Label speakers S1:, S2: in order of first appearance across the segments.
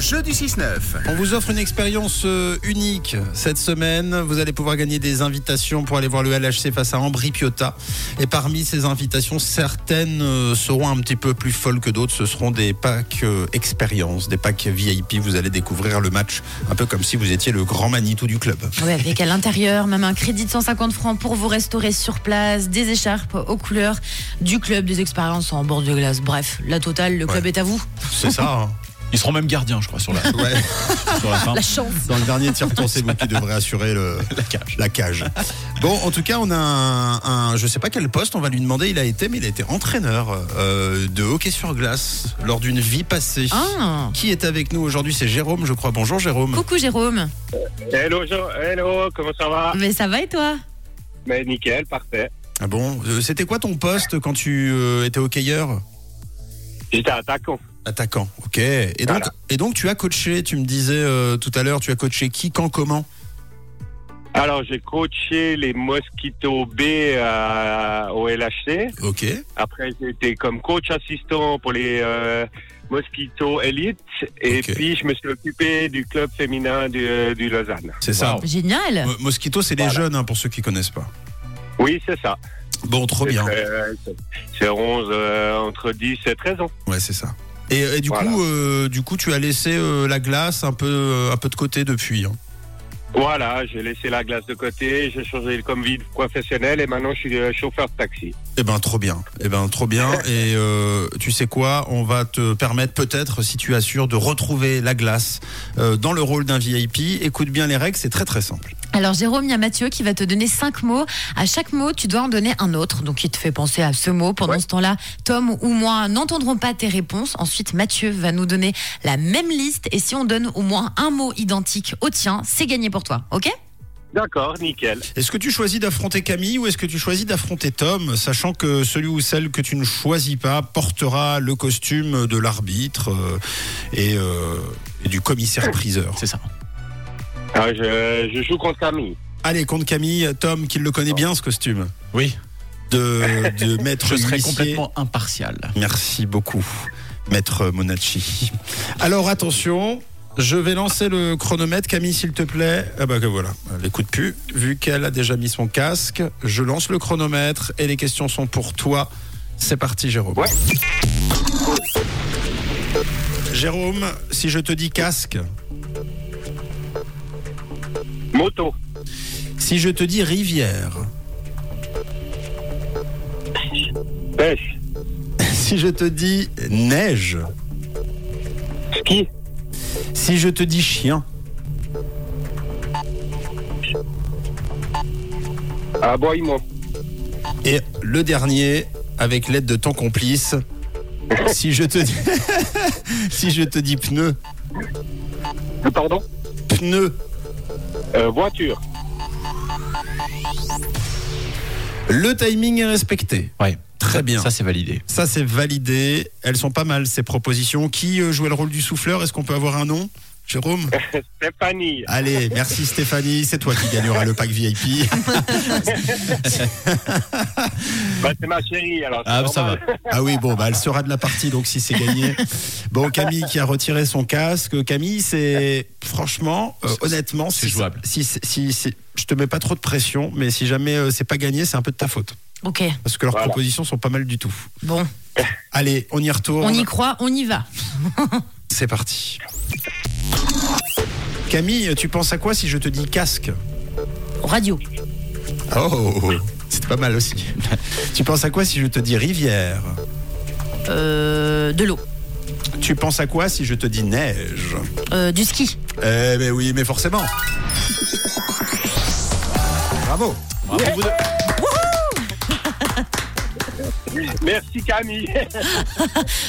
S1: jeu du 6-9.
S2: On vous offre une expérience euh, unique cette semaine. Vous allez pouvoir gagner des invitations pour aller voir le LHC face à Ambri Piotta. Et parmi ces invitations, certaines euh, seront un petit peu plus folles que d'autres. Ce seront des packs euh, expérience, des packs VIP. Vous allez découvrir le match un peu comme si vous étiez le grand Manitou du club.
S3: Ouais, avec à l'intérieur même un crédit de 150 francs pour vous restaurer sur place, des écharpes aux couleurs du club, des expériences en bord de glace. Bref, la totale, le club est à vous.
S2: C'est ça. hein.
S4: Ils seront même gardiens, je crois, sur la,
S2: Ouais.
S4: sur la fin.
S3: La chance.
S2: Dans le dernier tir temps, c'est vous qui devrez assurer le-
S4: La cage.
S2: la cage. Bon, en tout cas, on a un, un- je sais pas quel poste, on va lui demander. Il a été, mais il a été entraîneur euh, de hockey sur glace lors d'une vie passée.
S3: Ah.
S2: Qui est avec nous aujourd'hui C'est Jérôme, je crois. Bonjour Jérôme.
S3: Coucou Jérôme.
S5: Hello, Jo- hello, comment ça va
S3: Mais ça va et toi
S5: Mais nickel, parfait.
S2: Ah bon, euh, c'était quoi ton poste quand tu euh, étais hockeyeur
S5: J'étais attaquant.
S2: Attaquant. Ok. Et donc,
S5: Voilà.
S2: et donc tu as coaché. Tu me disais euh, tout à l'heure, tu as coaché qui, quand, comment
S5: Alors, j'ai coaché les Mosquito B euh, au LHC.
S2: Ok.
S5: Après, j'ai été comme coach assistant pour les euh, Mosquito Elite. Et
S2: Ok.
S5: puis, je me suis occupé du club féminin du, du Lausanne.
S2: C'est ça.
S4: Wow.
S3: Génial.
S2: Mo- Mosquito, c'est les jeunes hein, pour ceux qui connaissent pas.
S5: Oui, c'est ça.
S2: Bon, trop bien.
S5: Euh, c'est- C'est 11, euh, entre 10 et 13 ans.
S2: Ouais, c'est ça. Et, et du
S5: Voilà.
S2: coup, euh, du coup, tu as laissé euh, la glace un peu, euh, un peu de côté depuis. hein.
S5: Voilà, j'ai laissé la glace de côté, j'ai changé comme vie professionnelle et maintenant, je suis euh, chauffeur de taxi.
S2: Eh ben, trop bien. Eh ben, trop bien. Et euh, tu sais quoi On va te permettre peut-être, si tu assures, de retrouver la glace euh, dans le rôle d'un VIP. Écoute bien les règles, c'est très très simple.
S3: Alors Jérôme, il y a Mathieu qui va te donner cinq mots. À chaque mot, tu dois en donner un autre. Donc il te fait penser à ce mot. Pendant
S5: Ouais.
S3: ce temps-là, Tom ou moi n'entendront pas tes réponses. Ensuite, Mathieu va nous donner la même liste. Et si on donne au moins un mot identique au tien, c'est gagné pour toi. Ok
S5: D'accord, nickel.
S2: Est-ce que tu choisis d'affronter Camille ou est-ce que tu choisis d'affronter Tom, sachant que celui ou celle que tu ne choisis pas portera le costume de l'arbitre euh, et, euh, et du commissaire priseur
S4: C'est ça.
S5: Ah, je, je joue contre Camille.
S2: Allez, contre Camille, Tom, qui le connaît bien ce costume.
S4: Oui.
S2: de, de maître
S4: Je serais
S2: huissier.
S4: complètement impartial.
S2: Merci beaucoup, maître Monacci. Alors attention, je vais lancer le chronomètre. Camille, s'il te plaît. Ah bah que voilà, elle écoute plus. Vu qu'elle a déjà mis son casque, je lance le chronomètre et les questions sont pour toi. C'est parti, Jérôme.
S5: Ouais.
S2: Jérôme, si je te dis casque,
S5: Moto,
S2: si je te dis rivière,
S5: pêche,
S2: si je te dis neige,
S5: ski,
S2: si je te dis chien,
S5: aboiement,
S2: Et le dernier, avec l'aide de ton complice, si je te dis, si je te dis pneu,
S5: pardon,
S2: pneu,
S5: euh, voiture,
S2: le timing est respecté.
S4: Ouais.
S2: Très bien.
S4: Ça, c'est validé.
S2: Ça, c'est validé. Elles sont pas mal, ces propositions. Qui euh, jouait le rôle du souffleur Est-ce qu'on peut avoir un nom Jérôme
S5: Stéphanie,
S2: Allez, merci Stéphanie. C'est toi qui gagneras le pack VIP.
S5: bah, c'est ma chérie alors.
S4: Ah,
S5: c'est
S4: ça va.
S5: normal.
S2: Ah oui, bon, bah, elle sera de la partie, donc si c'est gagné. Bon, Camille qui a retiré son casque. Camille, c'est franchement, euh, honnêtement,
S4: c'est
S2: si-
S4: jouable.
S2: Si, si, si- je te mets pas trop de pression, mais si jamais euh, c'est pas gagné, c'est un peu de ta faute.
S3: Ok.
S2: Parce que leurs
S5: Voilà.
S2: propositions sont pas mal du tout.
S3: Bon,
S2: Allez, on y retourne.
S3: on y croit, on y va.
S2: C'est parti. Camille, tu penses à quoi si je te dis casque
S3: Radio,
S2: Oh, c'est pas mal aussi. tu penses à quoi si je te dis rivière
S3: euh, de l'eau,
S2: Tu penses à quoi si je te dis neige
S3: euh, du ski.
S2: Eh ben oui, mais forcément. Bravo.
S4: Bravo, vous deux.
S5: Merci Camille.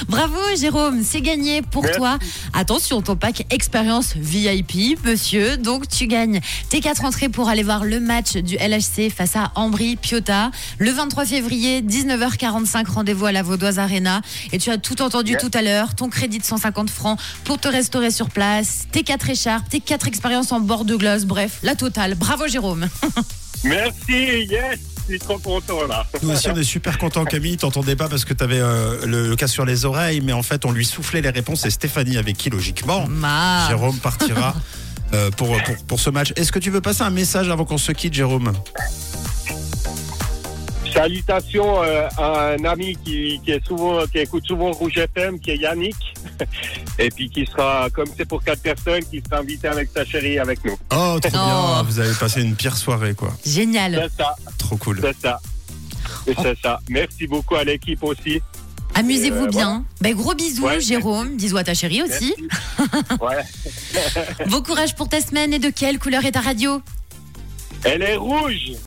S3: Bravo Jérôme, c'est gagné pour
S5: Merci.
S3: toi. Attention, ton pack expérience VIP, monsieur. Donc tu gagnes tes quatre entrées pour aller voir le match du LHC face à Ambry Piotta le 23 février 19h45 rendez-vous à la Vaudoise Arena et tu as tout entendu
S5: Ouais.
S3: tout à l'heure, ton crédit de 150 francs pour te restaurer sur place, tes quatre écharpes, tes quatre expériences en bord de glace, bref, la totale. Bravo Jérôme.
S5: Merci, yes. suis trop content là.
S2: Nous aussi, on est super contents, Camille. T'entendais pas parce que t'avais avais le, le cas sur les oreilles, mais en fait, on lui soufflait les réponses et Stéphanie, avec qui, logiquement,
S3: Ma.
S2: Jérôme partira euh, pour, pour, pour ce match. Est-ce que tu veux passer un message avant qu'on se quitte, Jérôme
S5: Salutations euh, à un ami qui, qui est souvent, qui écoute souvent Rouge FM, qui est Yannick, et puis qui sera, comme c'est pour quatre personnes, qui sera invité avec sa chérie avec nous.
S2: Oh, trop
S3: Oh.
S2: bien. Vous avez passé une pire soirée, quoi.
S3: Génial.
S5: C'est ça,
S2: Trop cool.
S5: c'est ça. Et C'est ça. Merci beaucoup à l'équipe aussi.
S3: Amusez-vous
S5: Euh,
S3: bien. Ben, gros bisous,
S5: Ouais.
S3: Jérôme. Bisous à ta chérie aussi.
S5: Merci. Ouais.
S3: Bon courage pour ta semaine. Et de quelle couleur est ta radio
S5: Elle est rouge.